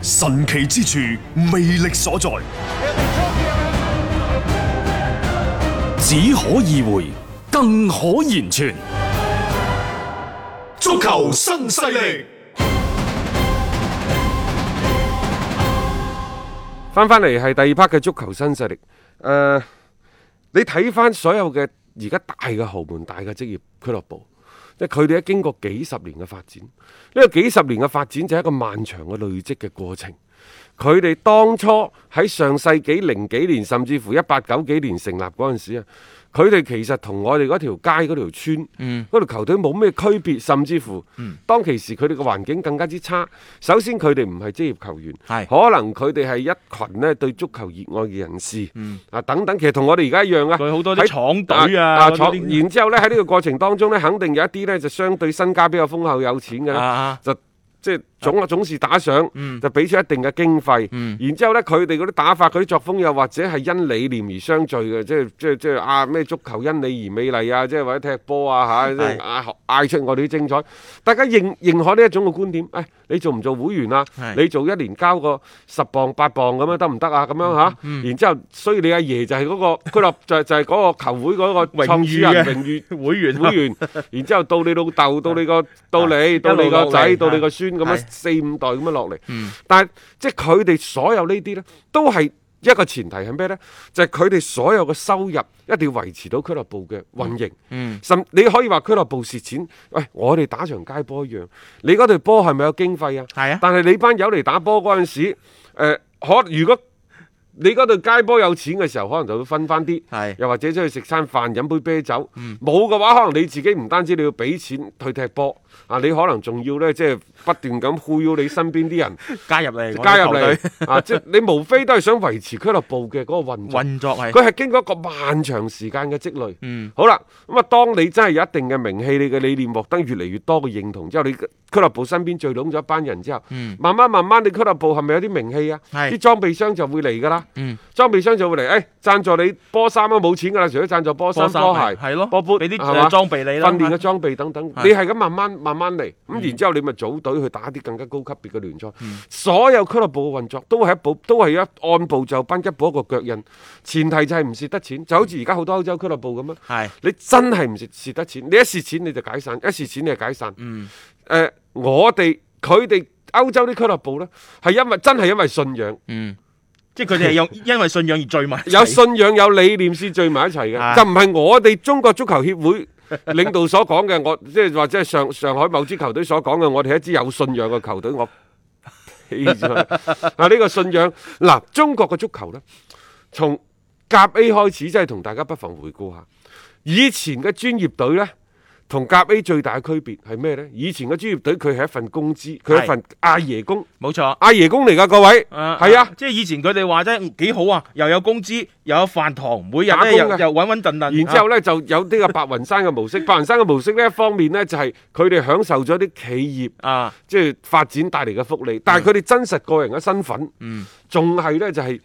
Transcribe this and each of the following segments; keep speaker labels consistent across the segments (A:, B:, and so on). A: 神奇之處，魅力所在，
B: 只可意會，更可言傳。
A: 足球新勢力。
C: 翻翻嚟係第二 part 嘅足球新勢力。誒、你睇翻所有嘅而家大嘅豪門、大嘅職業俱樂部，即係佢哋都經過幾十年嘅發展。呢個幾十年嘅發展就係一個漫長嘅累積嘅過程。佢哋當初喺上世紀零幾年，甚至乎一八九幾年成立嗰陣時啊，佢哋其實同我哋嗰條街、嗰條村、
D: 嗯
C: 嗰條球隊冇咩區別，甚至乎當其時佢哋嘅環境更加之差。首先佢哋唔係職業球員，
D: 係
C: 可能佢哋係一群呢對足球熱愛嘅人士啊等等，其實同我哋而家一樣啊。
D: 嗯佢好多啲
C: 喺
D: 廠隊啊
C: 啊
D: 嗰啲
C: 廠然之後呢，喺呢個過程當中呢，肯定有一啲呢就相對身家比較豐厚、有錢嘅
D: 啊
C: 呢
D: 啊，
C: 就即係總啊總是打賞，就俾出一定嘅經費。然之後呢，佢哋嗰啲打法、嗰啲作風，又或者係因理念而相聚嘅，即係即係即係啊咩足球因理而美麗啊，即係或者踢波啊嚇，即係嗌嗌出我哋啲精彩。大家認認可呢一種嘅觀點，誒、你做唔做會員啊？
D: 係
C: 你做一年交個十磅八磅咁樣得唔得啊？咁樣嚇，
D: 嗯
C: 然之後，所以你阿爺就係嗰、個俱樂 就係就係嗰個球會嗰個
D: 榮
C: 創始人
D: 譽嘅
C: 榮譽。
D: 會員啊
C: 會員，然之後到你 老豆，到你個到你，到你個仔，到你個孫咁樣四五代咁樣落嚟。
D: 嗯
C: 但係即係佢哋所有呢啲呢，都係一個前提係咩呢？就係佢哋所有嘅收入一定要維持到俱樂部嘅運營。甚你可以話俱樂部蝕錢，喂，我哋打場街波一樣，你嗰隊波係咪有經費啊？
D: 係啊
C: 但係你班友嚟打波嗰陣時，誒可如果你嗰度街波有錢嘅時候，可能就會分翻啲
D: 係，嗯
C: 又或者出去食餐飯飲杯啤酒。冇嘅、話，可能你自己唔單止你要俾錢去踢波，啊，你可能仲要呢，即係不斷咁忽悠你身邊啲人
D: 加入嚟，
C: 加入
D: 我哋球隊
C: 嚟，啊，即係你無非都係想維持俱樂部嘅嗰個運作。
D: 運作係
C: 佢係經過一個漫長時間嘅積累。
D: 嗯
C: 好啦，咁啊，當你真係有一定嘅名氣，你嘅理念獲得越嚟越多嘅認同之後，你嘅俱樂部身邊聚攏咗一班人之後，
D: 嗯
C: 慢慢慢慢，你俱樂部係咪有啲名氣啊？
D: 係
C: 啲裝備商就會嚟㗎啦。
D: 嗯
C: 裝備商就會嚟，誒、哎贊助你波衫啊都冇錢㗎啦，除咗贊助波衫、
D: 波衫
C: 波鞋、
D: 係係咯
C: 波 boot，
D: 俾啲
C: 係嘛
D: 誒裝備你啦
C: 訓練嘅裝備等等，
D: 係嗯
C: 你係咁慢慢慢慢嚟，咁然之後你咪組隊去打啲更加高級別嘅聯賽。所有俱樂部嘅運作都係一步，都係一按部就班，一步一個腳印。前提就係唔蝕得錢，就好似而家好多歐洲俱樂部咁樣。
D: 係
C: 你真係唔蝕蝕得錢，你一蝕錢你就解散，一蝕錢你就解散。嗯，我哋佢哋歐洲啲俱樂部呢，係因為真係因為信仰。
D: 即係佢哋係用 因為信仰而聚埋一齊，
C: 有信仰有理念先聚埋一齊
D: 啊
C: 嘅，就唔係我哋中國足球協會領導所講嘅，我 即係或者係上上海某支球隊所講嘅，我哋係一支有信仰嘅球隊，我 棄咗佢啊！呢個信仰嗱，中國嘅足球呢，從甲 A 開始，真係同大家不妨回顧下以前嘅專業隊呢。同甲 A 最大嘅區別係咩呢？以前嘅專業隊佢係一份工資，佢係一份阿爺工，
D: 冇錯。
C: 阿爺工嚟㗎，各位，
D: 誒
C: 係啊，
D: 即係以前佢哋話啫，幾好啊，又有工資，又有飯堂，每日
C: 打工
D: 咧又
C: 嘅
D: 又穩穩陣陣。
C: 然之後呢，就有呢個白雲山嘅模式。白雲山嘅模式呢，一方面呢，就係佢哋享受咗啲企業
D: 啊，
C: 即係發展帶嚟嘅福利，但係佢哋真實個人嘅身份，仲係呢，就係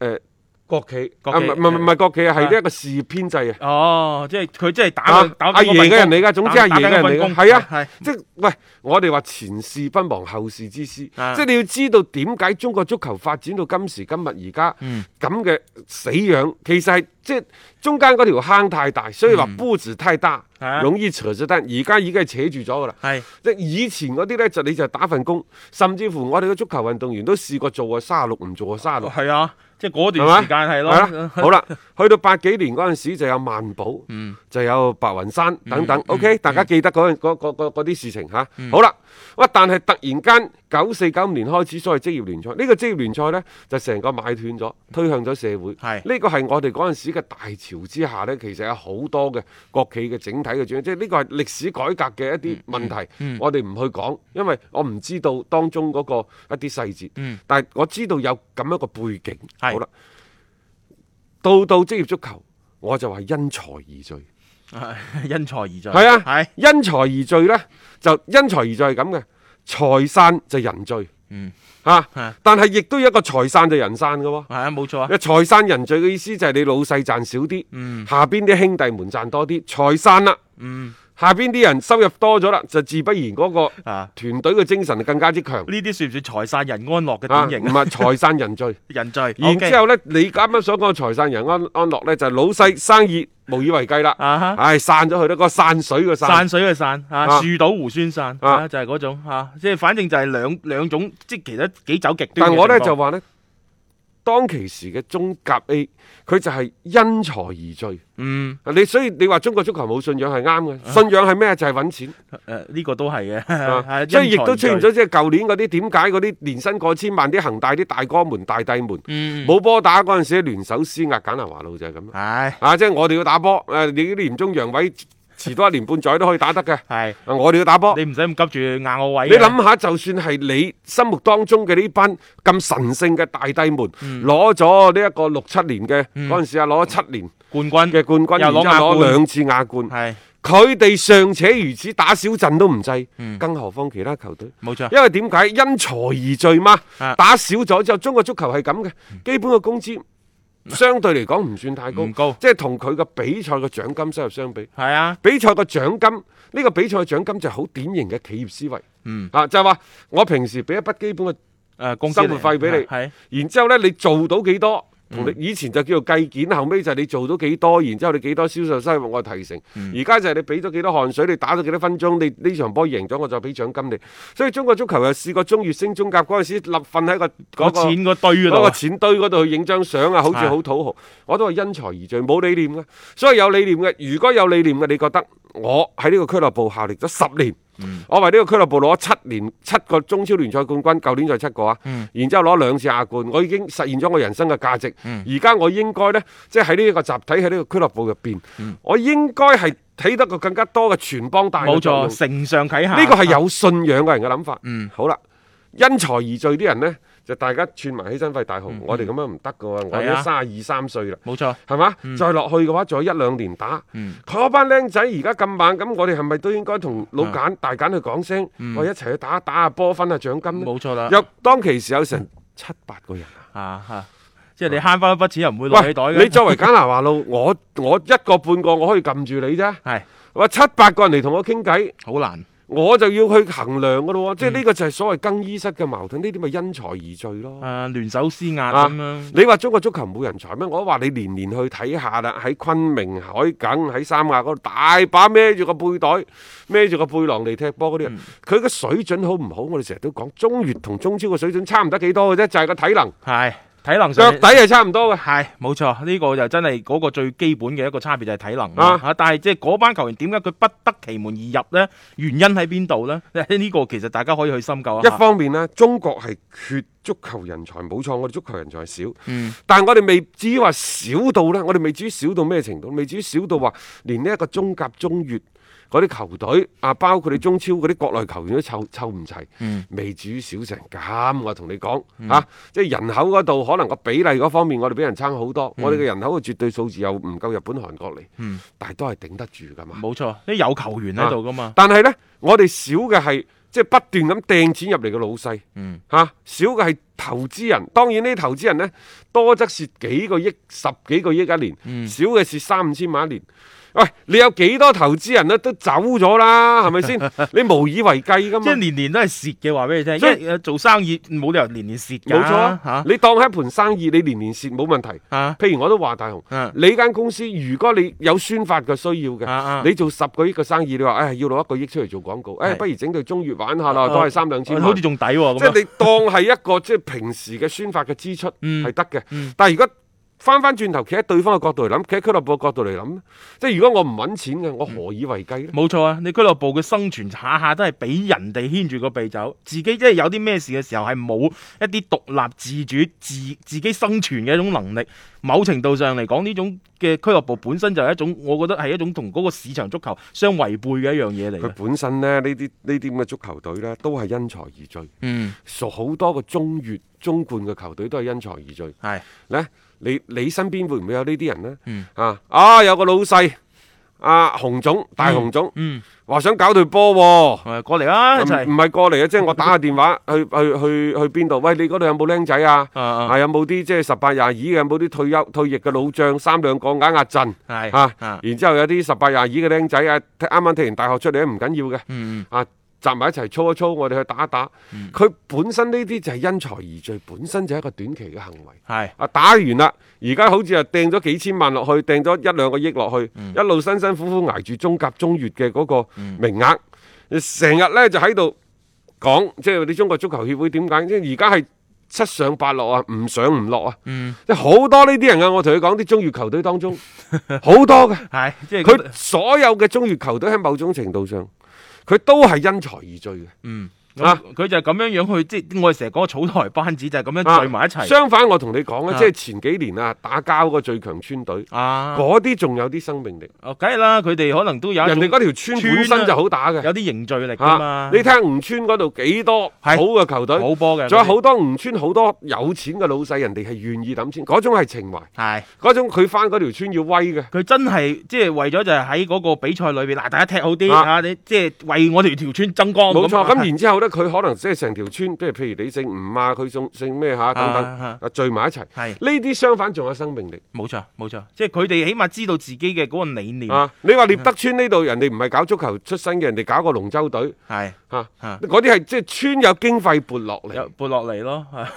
C: 誒國企，
D: 國
C: 啊
D: 企
C: 唔係唔係唔係國企啊，係
D: 啊
C: 呢一個事業編制啊。
D: 哦，即係佢即係打
C: 啊
D: 個打
C: 阿
D: 緊嗰
C: 爺
D: 份
C: 嘅人
D: 工
C: 嚟㗎，總之阿
D: 打
C: 爺嘅人
D: 打緊嗰份
C: 嚟㗎，
D: 工
C: 係啊
D: 係，
C: 即係喂，我哋話前事不忘後事之師，
D: 啊
C: 即係你要知道點解中國足球發展到今時今日而家
D: 嗯
C: 咁嘅死樣，其實係即係中間嗰條坑太大，所以話波子太大
D: 嗯啊，
C: 容易扯咗單，而家已經係扯住咗㗎啦。
D: 係
C: 即係以前嗰啲呢，就你就打份工，甚至乎我哋嘅足球運動員都試過做過卅六，唔做過卅六。
D: 係啊，即即係嗰
C: 係
D: 段
C: 嘛
D: 時間係
C: 係啦
D: 咯，
C: 好啦，去到八幾年嗰陣時就有萬寶，
D: 嗯
C: 就有白雲山等等。OK，大家記得嗰陣嗰嗰嗰嗰啲事情嚇。
D: 嗯
C: 好啦，哇！但係突然間九四九五年開始所謂職業聯賽，呢個職業聯賽呢，就成個買斷咗，推向咗社會。
D: 係
C: 呢個係我哋嗰陣時嘅大潮之下呢，其實有好多嘅國企嘅整體嘅轉變，即係呢個係歷史改革嘅一
D: 嗯
C: 啲問題，我哋唔去講，因為我唔知道當中嗰個一啲細節。但係我知道有咁一個背景。
D: 嗯係
C: 好啦。到到職業足球，我就話因財而聚。
D: 因財而聚。
C: 係啊，
D: 係
C: 因財而聚呢，就因財而聚係咁嘅，財散就人聚。
D: 嗯，
C: 嚇、
D: 係
C: 但係亦都有一個財散就人散嘅喎。
D: 係啊，冇錯啊。
C: 財散人聚嘅意思就係你老細賺少啲，
D: 嗯
C: 下邊啲兄弟們賺多啲，財散啦。下邊啲人收入多咗啦，就自不然嗰個
D: 啊
C: 團隊嘅精神就更加之強。
D: 呢啲算唔算財散人安樂
C: 啊，
D: 嘅
C: 唔
D: 典型啊？
C: 係財散 人聚。
D: 人聚，
C: 然
D: OK
C: 之後呢，你啱啱所講嘅財散人安安樂呢，就係老細生意無以為繼啦。
D: 啊哈
C: 唉，散咗佢啦，個散水嘅
D: 散水嘅散
C: 啊
D: 啊，樹倒猢猻散
C: 啊
D: 啊，就係嗰種啊，即係反正就係兩兩種，即係其實幾走極端嘅
C: 但
D: 情況。
C: 我呢就話呢，當其時嘅中甲 A，佢就係因財而聚。啊
D: 嗯
C: 你所以你話中國足球冇信仰係啱嘅，信仰係咩？就係揾錢。
D: 誒呢個都啊 係
C: 啊
D: 嘅，
C: 所以亦都出
D: 現
C: 現咗即係舊年嗰啲點解嗰啲年薪過千萬啲恒大啲大哥們大帝們
D: 嗯
C: 冇波打嗰陣時，聯手施壓簡南華路就係咁啦。
D: 唉
C: 啊，即係我哋要打波，誒你啲年中陽痿遲多一年半載都可以打得嘅。
D: 係
C: 啊我哋要打波。
D: 你唔使咁急住硬我位
C: 你
D: 嘅。
C: 諗下，就算係你心目當中嘅呢班咁神聖嘅大帝
D: 嗯
C: 們，攞咗呢一個六七年嘅嗰陣時啊，攞咗七年
D: 冠軍
C: 嘅冠軍，
D: 嗯又
C: 然之
D: 攞
C: 後
D: 亞
C: 攞
D: 冠
C: 兩次亞冠，
D: 係
C: 佢哋尚且如此打小陣都唔制，
D: 嗯
C: 更何況其他球隊。
D: 冇錯，
C: 因為點解因財而聚嘛
D: 啊？嗯
C: 打少咗之後，中國足球係咁嘅，基本嘅工資相對嚟講唔算太高，
D: 唔高
C: 即係同佢嘅比賽嘅獎金收入相比。
D: 係啊，
C: 比賽個獎金，呢、個比賽嘅獎金就係好典型嘅企業思維。嗯，啊就係話我平時俾一筆基本嘅
D: 誒公司
C: 生活費俾你
D: 係
C: 然之後呢，你做到幾多？同你以前就叫做計件，後尾就係你做到幾多，然之後你幾多銷售收入我提成。而家、就係你俾咗幾多汗水，你打咗幾多分鐘，你呢場波贏咗我再俾獎金你。所以中國足球又試過中乙升中甲嗰陣時，立瞓喺個
D: 個
C: 嗰、
D: 錢個堆嗰
C: 嗰
D: 度
C: 個
D: 啊。
C: 錢堆嗰度去影張相啊，好似
D: 係
C: 好土豪。我都話因財而聚，冇理念嘅。所以有理念嘅，如果有理念嘅，你覺得我喺呢個俱樂部效力咗十年，
D: 嗯
C: 我為呢個俱樂部攞咗七年七個中超聯賽冠軍，舊年就七個啊，
D: 嗯
C: 然之後攞兩次亞冠，我已經實現咗我人生嘅價值。
D: 嗯
C: 而家、我應該呢，即係喺呢一個集體喺呢個俱樂部入邊，
D: 嗯
C: 我應該係睇得個更加多嘅全幫帶嘅
D: 冇
C: 作用。
D: 錯，承上啟下。
C: 呢個係有信仰嘅人嘅諗法。好啦，因財而聚啲人呢，就大家串埋起身費大豪。我哋咁樣唔得噶喎，我哋
D: 係
C: 都
D: 啊
C: 三二三歲啦。
D: 冇錯，
C: 係嘛？再落去嘅話，仲有一兩年打。嗰班僆仔而家咁猛，咁我哋係咪都應該同老簡、大簡去講聲，我一齊去打打下波，分下獎金呢
D: 冇錯啦
C: 有當其時有成七八個人啊。
D: 啊嚇，即係你慳翻一筆錢又唔會落
C: 喂
D: 你袋，嘅。
C: 你作為簡拿華路，我我一個半個我可以撳住你啫。
D: 係
C: 話七八個人嚟同我傾偈。
D: 好難
C: 我就要去衡量嘅咯喎，即係呢個就係所謂更衣室嘅矛盾，呢啲咪因財而聚咯。
D: 誒聯手施壓
C: 啊
D: 咁樣。
C: 你話中國足球冇人才咩？我都話你年年去睇下啦，喺昆明、海埂、喺三亞嗰度，大把孭住個背袋、孭住個背囊嚟踢波嗰啲人，佢嘅、水準好唔好？我哋成日都講中越同中超嘅水準差唔得幾多嘅啫，就係、個體能
D: 係體能
C: 腳
D: 上
C: 底係差唔多嘅。
D: 係冇錯，呢、個就真係嗰個最基本嘅一個差別就係體能
C: 啊
D: 啦。嚇、但係即係嗰班球員點解佢不得其門而入呢？原因喺邊度呢？ 呢、個其實大家可以去深究一
C: 一
D: 下。
C: 方面呢，中國係缺足球人才，冇錯，我哋足球人才少，
D: 嗯
C: 但係我哋未至於話少到呢，我哋未至於少到咩程度，未至於少到話連呢一個中甲、中乙嗰啲球隊啊，包括你中超嗰啲國內球員都湊湊唔齊，
D: 嗯
C: 未至於少成咁。我同你講嚇、啊即係人口嗰度可能個比例嗰方面，我哋比人差好多，我哋嘅人口嘅絕對數字又唔夠日本、韓國嚟，
D: 嗯
C: 但係都係頂得住㗎嘛。
D: 冇錯，呢有球
C: 啊
D: 員喺度噶嘛。
C: 但係呢，我哋少嘅係即係不斷咁掟錢入嚟嘅老細，嚇、
D: 嗯
C: 少嘅係投資人。當然呢啲投資人呢，多則蝕幾個億、十幾個億一年，
D: 嗯
C: 少嘅蝕三五千萬一年。喂，你有幾多投資人咧都走咗啦，係 咪先？你無以為繼㗎
D: 即係
C: 嘛。
D: 年年都係蝕嘅，話俾你聽。
C: 所以
D: 因為做生意冇理由年年蝕㗎。
C: 冇錯啊
D: 嚇、
C: 你當係一盤生意，你年年蝕冇問題。
D: 啊
C: 譬如我都話大雄
D: 嗯，
C: 你間公司如果你有宣發嘅需要
D: 啊啊
C: 嘅，你做十個億嘅生意，你話唉要攞一個億出嚟做廣告，唉哎
D: 係啊
C: 不如整對中越玩下啦，都係三兩千萬
D: 好似仲抵喎咁啊
C: 即係
D: 樣。
C: 你當係一個即係平時嘅宣發嘅支出
D: 嗯
C: 係得嘅，但係如果翻翻轉頭，企喺對方嘅角度嚟諗，企喺俱樂部嘅角度嚟諗咧，即係如果我唔揾錢嘅，我何以為繼呢？
D: 冇錯啊！你俱樂部嘅生存下下都係俾人哋牽住個鼻走，自己即係有啲咩事嘅時候係冇一啲獨立自主、自自己生存嘅一種能力。某程度上嚟講，呢種嘅俱樂部本身就係一種，我覺得係一種同嗰個市場足球相違背嘅一樣嘢嚟
C: 佢
D: 嘅。
C: 本身呢，呢啲呢啲咁嘅足球隊呢，都係因財而聚。
D: 嗯，
C: 所好多個中乙、中冠嘅球隊都係因財而聚。
D: 係
C: 咧，你你身邊會唔會有呢啲人呢？
D: 嗯
C: 啊啊，有個老細，啊、洪總，大洪總，
D: 嗯，
C: 話、想搞隊波喎。
D: 誒啊過嚟啦，
C: 唔
D: 一齊
C: 唔係過嚟啊！即係我打下 電話去去去去邊度？喂，你嗰度有冇僆仔啊？
D: 啊啊
C: 有冇啲即係十八廿二嘅？有冇啲退休退役嘅老將三兩個壓壓陣？
D: 係
C: 嚇
D: 啊，
C: 然之後有啲十八廿二嘅僆仔啊，啱啱踢完大學出嚟都唔緊要嘅。
D: 嗯
C: 啊，集埋一齊操一操，我哋去打一打。佢、本身呢啲就係因財而聚，本身就係一個短期嘅行為。
D: 係
C: 啊！打完啦，而家好似又掟咗幾千萬落去，掟咗一兩個億落去，一路辛辛苦苦捱住中甲、中乙嘅嗰個名額，成日呢就喺度講，即係啲中國足球協會點解？即係而家係七上八落啊，唔上唔落啊！
D: 嗯
C: 即係好多呢啲人啊，我同佢講，啲中乙球隊當中好多嘅，
D: 係，即係
C: 佢所有嘅中乙球隊喺某種程度上，佢都係因財而聚嘅。
D: 嗯。
C: 啊
D: 咁佢就係咁樣樣去，即係我哋成日講草台班子就係咁
C: 啊
D: 樣聚埋一齊
C: 相反，我同你講咧，
D: 啊
C: 即係前幾年啊，打交嗰個最強村隊。
D: 啊！
C: 嗰啲仲有啲生命力，
D: 哦，梗係啦，佢哋可能都有一
C: 人哋
D: 種
C: 嗰條村
D: 村啊
C: 本身就好打嘅，
D: 有啲凝聚力噶
C: 嚇
D: 嘛。
C: 你睇下吳村嗰度幾多好
D: 係
C: 嘅球隊，
D: 好波嘅，
C: 仲有好多吳村好多有錢嘅老細，人哋係願意抌錢，嗰種係情懷，
D: 系。
C: 嗰種佢翻嗰條村要威嘅。
D: 佢真係即係為咗就係喺嗰個比賽裏邊，嗱大家踢好啲
C: 啊
D: 啊！你即係為我哋條村爭光
C: 冇錯，咁
D: 而
C: 然之後呢，佢可能即係成條村，即係譬如你姓吳啊，佢姓姓咩嚇等等，
D: 啊
C: 啊聚埋一齊。呢
D: 係
C: 啲相反仲有生命力
D: 冇錯冇錯，即係佢哋起碼知道自己嘅嗰個理念
C: 啊！你話獵德村呢度人哋唔係搞足球出身嘅，人哋搞個龍舟隊
D: 係
C: 嚇，
D: 啊
C: 嗰啲係即係村有經費撥落嚟。
D: 有撥落嚟咯，啊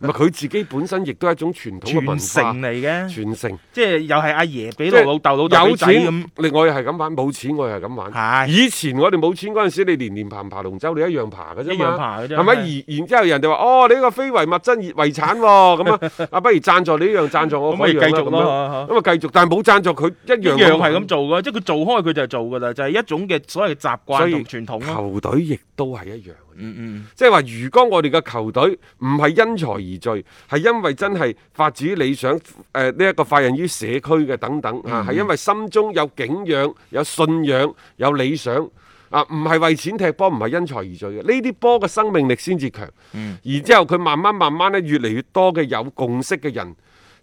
C: 唔係佢自己本身亦都係一種傳統嘅
D: 傳
C: 文化，
D: 承嚟嘅，
C: 傳承
D: 即係又係阿爺俾
C: 即
D: 到
C: 係
D: 老豆老豆俾
C: 有
D: 仔
C: 錢
D: 咁，，
C: 另外又係咁玩，冇錢我又係咁玩。
D: 係
C: 以前我哋冇錢嗰陣時，你年年爬唔爬龍舟，你一樣爬嘅啫
D: 一
C: 嘛
D: 樣，爬嘅啫
C: 係咪？
D: 係
C: 而然之後人哋話：哦，你呢個非遺物真遺產喎， 咁啊，啊不如贊助你呢樣贊助
D: 咁
C: 我
D: 咪
C: 嗰樣啦
D: 繼續咯
C: 咁樣
D: 嚇
C: 咁啊繼續，但係冇贊助佢一
D: 一
C: 樣
D: 樣係咁做嘅，即係佢做開佢就做㗎啦，就係一種嘅所謂嘅習
C: 所
D: 慣
C: 以
D: 同傳統咯。
C: 球隊亦都係一樣。
D: 嗯嗯
C: 即係話，如果我哋嘅球隊唔係因財而聚，係因為真係發自於理想，誒呢一個發人於社區嘅等等啊，係因為心中有景仰、有信仰、有理想啊，唔係為錢踢波，唔係因財而聚嘅。呢啲波嘅生命力先至強。
D: 嗯
C: 然之後佢慢慢慢慢咧，越嚟越多嘅有共識嘅人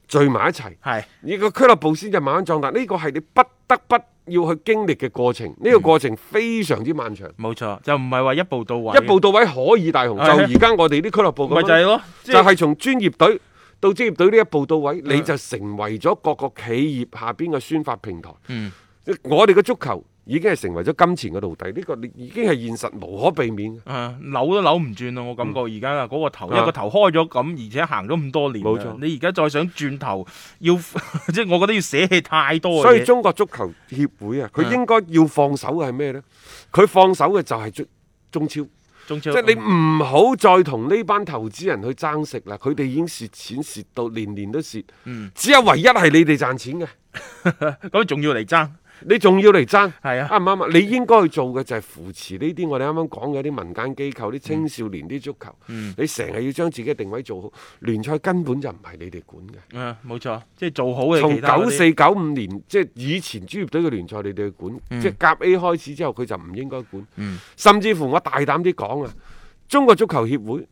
C: 聚埋一齊，
D: 嗯，係。
C: 呢個俱樂部先至慢慢壯大。呢個係你不得不要去經歷嘅過程，呢個過程非常之漫長。
D: 冇錯，就唔係話一步到位，
C: 一步到位可以大雄，就
D: 係啊
C: 而家我哋啲俱樂部咁
D: 咪
C: 樣
D: 就係咯，即
C: 就
D: 係
C: 係從專業隊到職業隊呢一步到位，
D: 嗯
C: 你就成為咗各個企業下邊嘅宣發平台。
D: 嗯
C: 我哋嘅足球已經係成為咗金錢嘅奴隸，呢、個你已經係現實無可避免嘅。
D: 啊扭都扭唔轉啦，我感覺而家啊嗰個頭，
C: 啊
D: 一個頭開咗咁，而且行咗咁多年啦，啊
C: 冇錯
D: 你而家再想轉頭，要 即係我覺得要捨棄太多
C: 所
D: 嘅
C: 以
D: 嘢，
C: 中國足球協會啊，佢
D: 啊
C: 應該要放手嘅係咩呢？佢放手嘅就係中中超，
D: 中
C: 即
D: 超
C: 係你唔好再同呢班投資人去爭食啦。佢哋已經蝕錢蝕到年年都蝕，
D: 嗯
C: 只有唯一係你哋賺錢嘅，
D: 啊咁仲要嚟爭，
C: 你仲要嚟爭。
D: 係啊，
C: 啱唔啱啊？你應該去做嘅就係扶持呢啲我哋啱啱講嘅啲民間機構、啲青少年、啲足球。
D: 嗯
C: 你成日要將自己嘅定位做好，聯賽根本就唔係你哋管嘅。
D: 啊冇錯，即係做好嘅
C: 從嗯
D: 其他嗰
C: 九
D: 啲
C: 四九五年即係以前專業隊嘅聯賽，你哋去管，即係甲 A 開始之後，佢就唔應該管。
D: 嗯
C: 甚至乎我大膽啲講啊，中國足球協會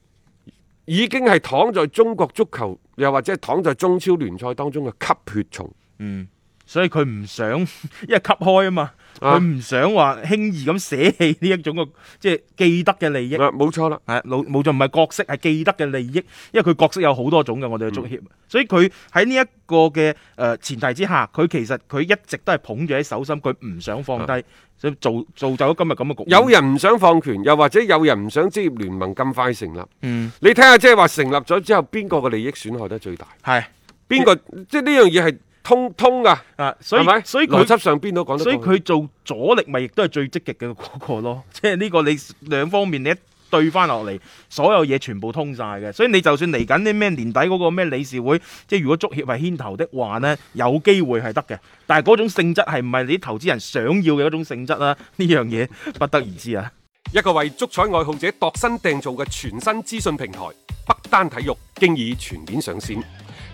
C: 已經係躺在中國足球，又或者係躺在中超聯賽當中嘅吸血蟲。
D: 嗯。所以佢唔想， 因為吸開啊嘛，
C: 啊
D: 佢唔想話輕易咁捨棄呢一種嘅即係既得嘅利益，
C: 啊冇錯啦。
D: 係老冇就唔係角色，係既得嘅利益，因為佢角色有好多種嘅，我哋嘅足
C: 嗯
D: 協，所以佢喺呢一個嘅誒、呃前提之下，佢其實佢一直都係捧住喺手心，佢唔想放低，所以造造就咗今日咁嘅局面。
C: 啊有人唔想放權，又或者有人唔想職業聯盟咁快成立。
D: 嗯
C: 你睇下，即係話成立咗之後，邊個嘅利益損害得最大？
D: 係
C: 邊個即係呢樣嘢係通通噶，
D: 啊，所
C: 係咪？
D: 以所以
C: 邏
D: 佢
C: 輯上邊都講得過去。
D: 所以佢做阻力咪亦都係最積極嘅嗰個咯，即係呢個你兩方面你一對翻落嚟，所有嘢全部通晒嘅。所以你就算嚟緊啲咩年底嗰個咩理事會，即係如果足協係牽頭的話呢，有機會係得嘅。但係嗰種性質係唔係你啲投資人想要嘅嗰種性質啦？呢樣嘢不得而知啊！
C: 一個為足彩愛好者度身訂造嘅全新資訊平台北單體育，經已全面上線。